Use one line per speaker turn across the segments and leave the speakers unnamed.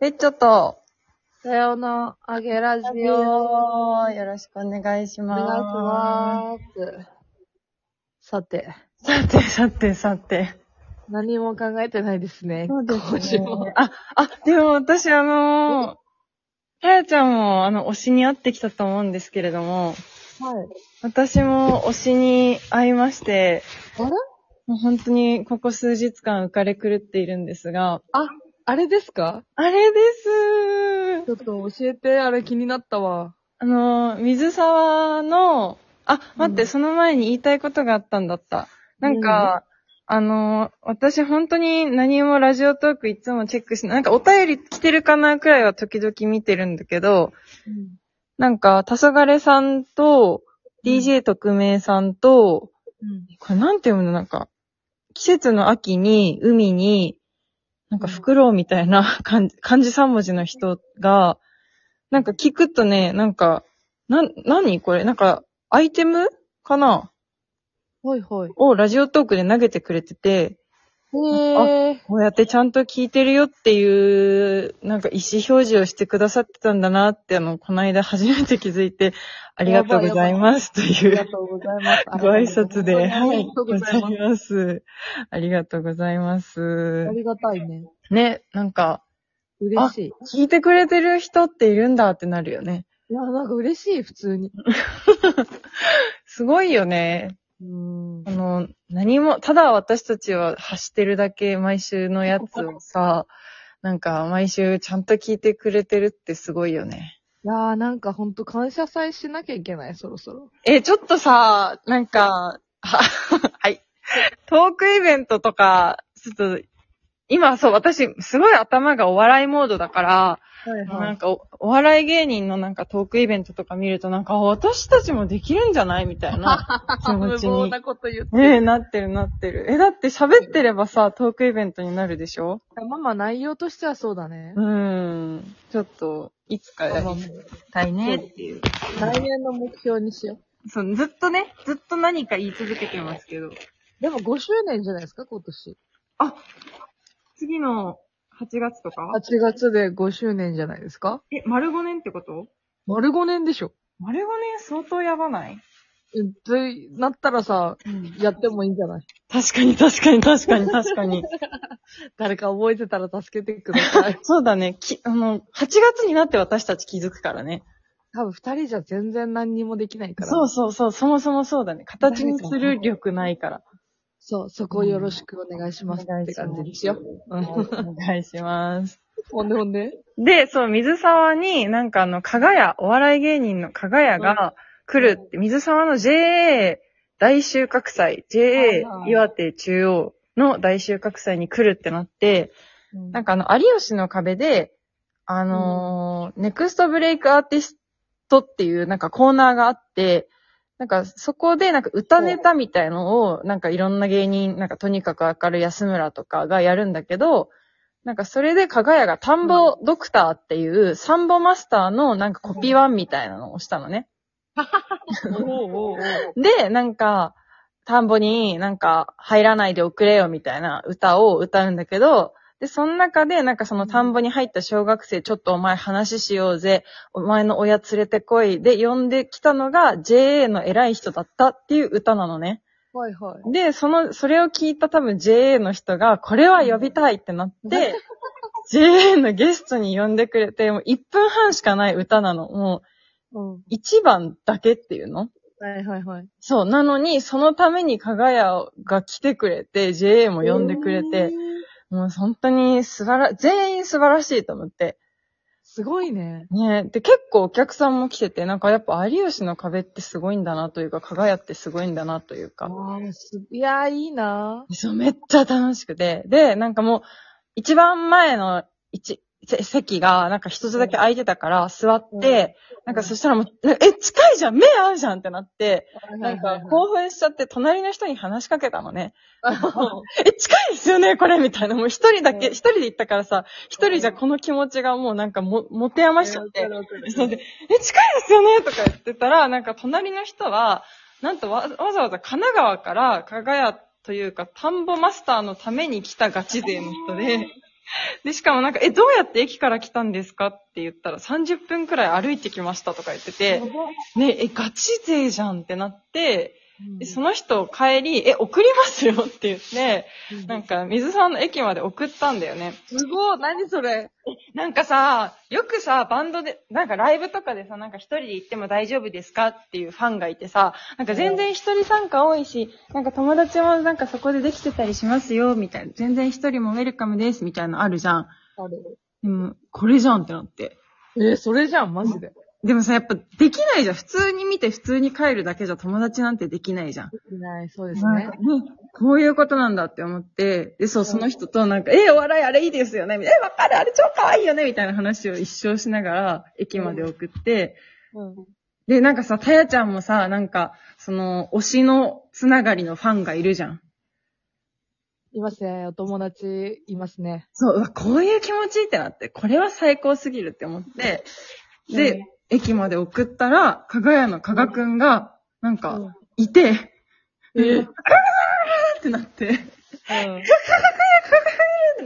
ペッチョと、
さよのあげラジ
ラジ
オ。お
オよろしくお願いします。
願いします。さて、
さて、さて、さて。
何も考えてないですね。今週も。
あ、あ、でも私あのー、はやちゃんもあの、推しに会ってきたと思うんですけれども、
はい。
私も推しに会いまして、
あれ
もう本当にここ数日間浮かれ狂っているんですが、
あれですか
あれです
ちょっと教えて、あれ気になったわ。
あの、水沢の、あ、待って、
うん
その前に言いたいことがあったんだった。なんか、あの、私本当に何もラジオトークいつもチェックしない。なんかお便り来てるかなくらいは時々見てるんだけど、なんか、黄昏さんと、
うん
DJ 特命さんと、
うん。
これなんて読むのなんか、季節の秋に、海に、なんか、
うん
フクロウみたいな 漢字、漢字3文字の人が、なんか聞くとね、なんか、な、何これなんか、アイテムかな
はいはい。
をラジオトークで投げてくれてて、
へえ。
こうやってちゃんと聞いてるよっていう、なんか意思表示をしてくださってたんだなって、あの、この間初めて気づいて、ありがとうございますと
あ
い
り
う
が。とう ございます。
ご挨拶で。
ありがと
ご
うご
ざ
ざ
い
います。
ます。ありがとうございま
あ
す。
りがたいね。
ね、なんか、
嬉しい。
聞いてくれてる人っているんだってなるよね。
いや、なんか嬉しい、普通に。
すごいよね。
うん
あ。の、何も、ただ私たちは走ってるだけ毎週のやつをさ、なんか毎週ちゃんと聞いてくれてるってすごいよね。
いやーなんかほんと感謝祭しなきゃいけない、そろそろ。
え、ちょっとさ、なんか、 は、はい。トークイベントとか、ちょっと、今そう、私、すごい頭がお笑いモードだから、
はい
なん。かお、お笑い芸人のなんかトークイベントとか見るとなんか、あ私たちもできるんじゃないみたい な気持
無
ち
謀
に。
なこと言って。
ねえ、なってるなってる。え、だって喋ってればさ、トークイベントになるでしょ
まあまあ内容としてはそうだね
う。ーん。ちょっと、いつかやりたいねっていう。
来年の目標にしよう。
そう、ずっとね、ずっと何か言い続けてますけど。
でも5周年じゃないですか、今年。
あ、次の8月とか
8月で5周年じゃないですか
え、丸5年ってこと
丸5年でしょ。
丸5年相当やばない
ってなったらさ、やってもいいんじゃない
確かに確かに確かに確かに。。
誰か覚えてたら助けてくださ い
そうだね。き、あの、8月になって私たち気づくからね。
多分2人じゃ全然何にもできないから。。
そううそうそう、そもそもそうだね。形にする力ないから。
そう、そこをよろしくお願いしますって感じにしよう。
お願いします。
ほんでほんで。
で、そう、水沢に、なんかあの、かがや、お笑い芸人のかがやが来るって、水沢の JA 大収穫祭、JA
はいはい
岩手中央の大収穫祭に来るってなって、なん
か、
かあの、有吉の壁で、あのーネクストブレイクアーティストっていうなんかコーナーがあって、なんかそこでなんか歌ネタみたいのを、なんかいろんな芸人、なんかとにかく明るい安村とかがやるんだけど、なんかそれで加賀谷が田んぼドクターっていう、サンボマスターのなんかコピーワンみたいなのをしたのね。
おうおうおう
で、なんか、田んぼになんか入らないでおくれよみたいな歌を歌うんだけど、で、その中でなんかその田んぼに入った小学生、ちょっとお前話しようぜ、お前の親連れてこい、で、呼んできたのが JA の偉い人だったっていう歌なのね。
はいはい。
で、その、それを聞いた多分 JA の人が、これは呼びたいってな って、JA のゲストに呼んでくれて、もう1分半しかない歌なの。も
うん。
う1番だけっていうの
はいはいはい。
そう。なのに、そのために加賀谷が来てくれて、JA も呼んでくれ
えー
て、。もう本当に素晴ら、全員素晴らしいと思って。
すごいね。
ねで、結構お客さんも来てて、なんかやっぱ有吉の壁ってすごいんだなというか、加賀谷ってすごいんだなというか。
あーすいやー、いいな
そう、めっちゃ楽しくて。で、なんかもう、一番前の一、せ席が、なんか一つだけ空いてたから、座って、なんかそしたらもう、え、近いじゃん目合うじゃんってなって、な
ー。
ん
はい
か
はいはい
興奮しちゃって隣の人に話しかけたのね。え、近いですよねこれみたいな。もう一人だけ、
うん
一人で行ったからさ、一人じゃこの気持ちがもうなんかも、持て余しちゃって。そうで、え、近いですよねとか言ってたら、なんか隣の人は、なんとわわざわざ神奈川から、加賀屋というか、田んぼマスターのために来たガチ勢の人で、で、しかもなんか、え、どうやって駅から来たんですかって言ったら、30分くらい歩いてきましたとか言ってて、ね、え、ガチ勢じゃんってなって、でその人帰り、え、送りますよって言って、なんか、水さんの駅まで送ったんだよね。
すごい何それ
なんかさ、よくさ、バンドで、なんかライブとかでさ、なんか一人で行っても大丈夫ですかっていうファンがいてさ、なんか全然一人参加多いし、なんか友達もなんかそこでできてたりしますよ、みたいな。全然一人もウェルカムです、みたいなのあるじゃん。でも、これじゃんってなって。
えーそれじゃん、マジで。
でもさ、やっぱできないじゃん。普通に見て普通に帰るだけじゃ友達なんてできないじゃん。
いない、そうです
なん
ね
か。こういうことなんだって思って、で、そう、その人となんか、え、お笑いあれいいですよね、みたいなえ、わかるあれ超可愛いよねみたいな話を一生しながら、駅まで送って、
うん。
で、なんかさ、たやちゃんもさ、なんか、その、推しのつながりのファンがいるじゃん。
いますね、お友達いますね。
そう、うわ、こういう気持ちってなって、これは最高すぎるって思って、で、
うん
駅まで送ったら、かがやの加賀くんが、なん
う
か
ん、
いて、
えー
うんってな って、ってな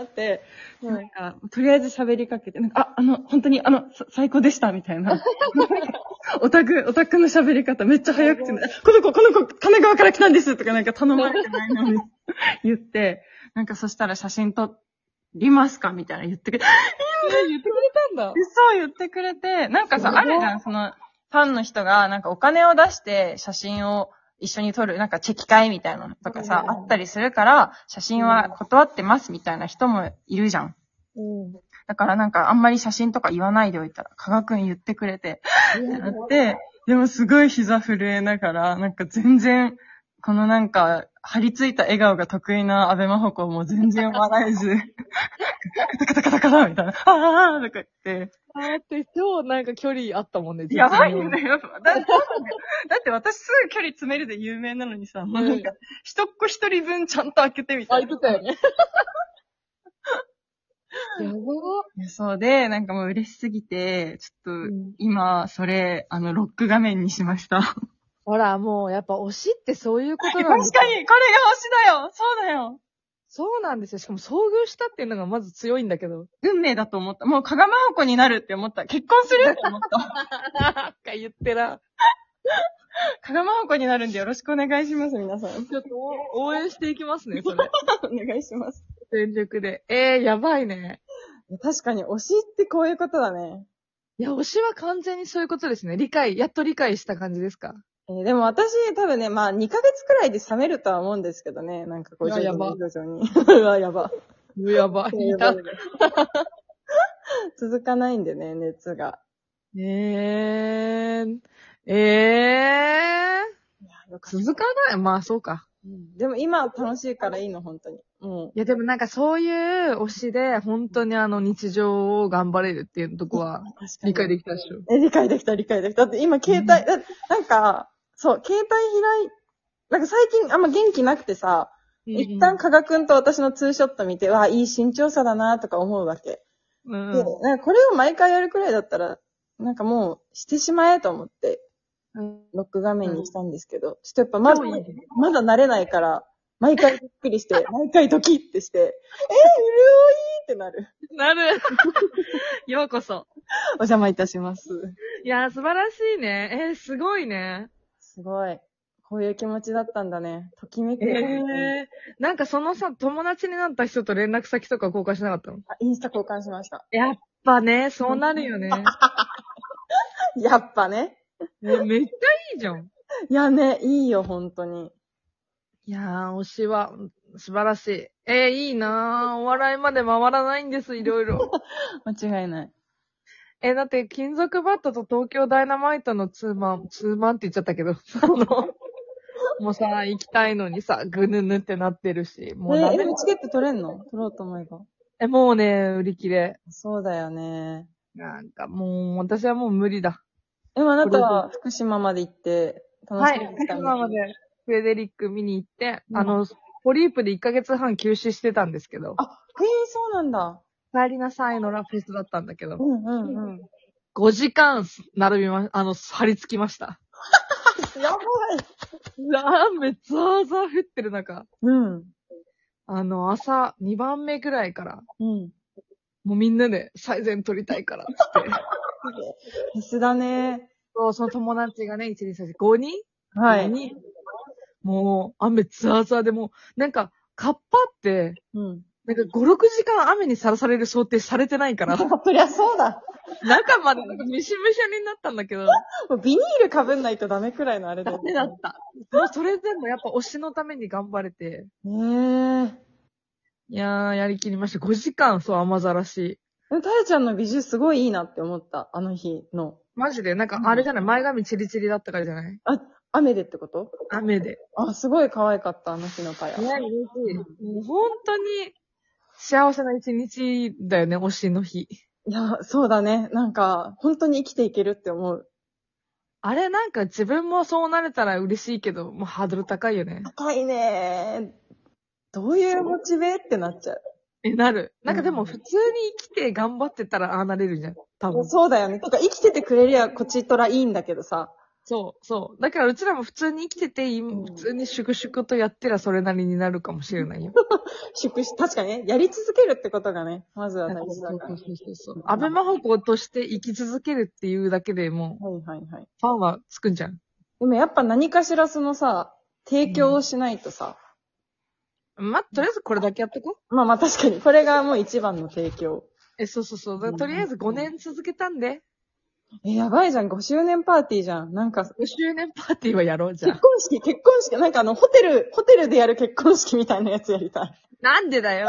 って、
うん
なんか、とりあえず喋りかけて、なんか、あ、あの、本当に、あの、さ最高でした、みたい な。オタク、オタクの喋り方めっちゃ早口で、この子、この子、神奈川から来たんですとかなんか頼まれてないのに言って、なんかそしたら写真撮りますかみたいな言ってくれて、
言ってくれたんだ。
そう言ってくれて、なんか
す
さ、
ごい
あるじゃん、その、ファンの人が、なんかお金を出して写真を一緒に撮る、なんかチェキ会みたいなのとかさ、
うん
あったりするから、写真は断ってますみたいな人もいるじゃん。
うん。
だからなんかあんまり写真とか言わないでおいたら、加賀くん言ってくれて、ってなって、でもすごい膝震えながら、なんか全然、このなんか、張り付いた笑顔が得意な安倍真帆子も全然笑えず、カタカタカタカタみたいな、あーあーとか言って、
あーって、超なんか距離あったもんね、
やばいよ
絶
ね。やっぱだだって私すぐ距離詰めるで有名なのにさ、もうなんか、一っ子一人分ちゃんと開けてみた
対
い
に。あ、言っ
な
て。たよね。やば
いやそうで、なんかもう嬉しすぎて、ちょっと、
ー
今、それ、あの、ロック画面にしました。
ほら、もうやっぱ推しってそういうこと
確
な
か
ん
に、
です
これが星だよそうだよ
そうなんですよ。しかも遭遇したっていうのがまず強いんだけど。
運命だと思った。もう、加賀真帆子になるって思った。結婚するって 思った。
か言ってな。
加賀真帆子になるんでよろしくお願いします、皆さん。
ちょっとお応援していきますね、それ。
お願いします。
全力で。えー、やばいね。
確かに、推しってこういうことだね。
いや、推しは完全にそういうことですね。理解、やっと理解した感じですか
えーでも私、多分ね、まあ、2ヶ月くらいで冷めるとは思うんですけどね。なんかこう、
いや
徐
やば
々に徐々に。 うわ、やば。
うやばい。
やば 続かないんでね、熱が。
えー、え
よかっ
ー、続かないまあ、そう
た
か。
うんでも今楽しいからいいの、本当に。もう。
いや、でもなんかそういう推しで、本当にあの日常を頑張れるっていうとこは、
確かに
理解できたでしょ。
え、理解できた、理解できた。だって今、携帯、だなんか、そう、携帯開い、なんか最近あんま元気なくてさ、一旦加賀くんと私のツーショット見て、わあ、いい身長差だなとか思うわけ。
うん、
で、なんかこれを毎回やるくらいだったら、なんかもう、してしまえと思って、
うん。
ロック画面にしたんですけど、ちょっとやっぱまだ
そうよね、
まだ慣れないから、毎回びっくり して、毎回ドキッてして、えー、潤いってなる。
なる。 ようこそ。
お邪魔いたします。
いやー、素晴らしいね。えー、すごいね。
すごい。こういう気持ちだったんだね。ときめく
え
よね。
ー、なんかそのさ、友達になった人と連絡先とか交換しなかったの
あインスタ交換しました。
やっぱね、そうなる よね。
やっぱね。
ねめっちゃいいじゃん。
いやね、いいよ、本当に。
いやー、推しは、素晴らしい。えー、いいなー。お笑いまで回らないんです、いろいろ。
間違いない。
えー、だって、金属バットと東京ダイナマイトのツーマン、ツーマンって言っちゃったけど、 その、もうさ、行きたいのにさ、ぐぬぬってなってるし、もう
え
ダ
ー、
メ
でもチケット取れんの取ろうと思えば。
え、もうね、売り切れ。
そうだよね。
なんかもう、私はもう無理だ。
でもあなたは福島まで行って、楽
は
し
い
みにし、たみた
今まで。フェデリック見に行って、
うん
あの、ポリープで1ヶ月半休止してたんですけど、
あ、へえそうなんだ。
帰りなさいのラフェスだったんだけど、
うんうんうん。
5時間並びま、あの、張り付きました。
やばい。
ラーメンザーザー降ってる中、
うん。
あの、朝2番目ぐらいから、
うん。
もうみんなで最善取りたいから、つって。
必死だね。
そう、その友達がね、1、2、3、4、5人
は
5
い。
人もう、雨ザーザーでもう、なんか、カッパって、
うん。
なんか5、6時間雨にさらされる想定されてない から、
そりゃそうだ。
中までミシミシャになったんだけど、
もうビニールかぶんないとダメくらいのあれだよ
ダメだった。もうそれでもやっぱ推しのために頑張れて、
ねえ。
いやー、やりきりました。5時間、そう、雨ざらし。
でもたやちゃんの美術すごいいいなって思った。あの日の。
マジで、なんかあれじゃない、前髪チリチリだったからじゃない
雨でってこと
雨で。
あ、すごい可愛かった、あの日のたや。
ね、嬉しい。もう本当に、幸せな一日だよね、推しの日。
いや、そうだね。なんか、本当に生きていけるって思う。
あれなんか自分もそうなれたら嬉しいけど、もうハードル高いよね。
高いねどういうモチベってなっちゃう。
え、なる。なんかで
うん
も普通に生きて頑張ってたらああなれるじゃん。多分。
そうだよね。とか、生きててくれりゃ、こちとらいいんだけどさ。
そう、そう。だからうちらも普通に生きてていい、
ん
普通に粛々とやってりゃそれなりになるかもしれないよ。
祝し、確かにね、やり続けるってことがね、まずは大事だから。
安倍真帆子として生き続けるっていうだけでもう、
はいはいはい。
ファンはつくんじゃん。
でもやっぱ何かしらそのさ、提供をしないとさ。
まあ、とりあえずこれだけやってこう。
まあまあ確かに、これがもう一番の提供。
え、そうそうそう。だか
うん
らとりあえず5年続けたんで、
え、やばいじゃん、5周年パーティーじゃん。なんか、
5周年パーティーはやろうじゃ
結
ん。
婚式、結婚式、なんかあの、ホテル、ホテルでやる結婚式みたいなやつやりたい。
なんでだよ。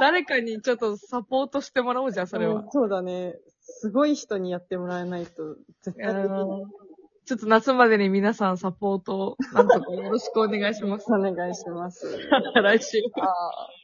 誰かにちょっとサポートしてもらおうじゃん、 それ
う
は
ん。そうだね。すごい人にやってもらえないと、絶対できない。お
ちょっと夏までに皆さんサポートを、なんとかよろしくお願いします。
願いします。
来週。
あー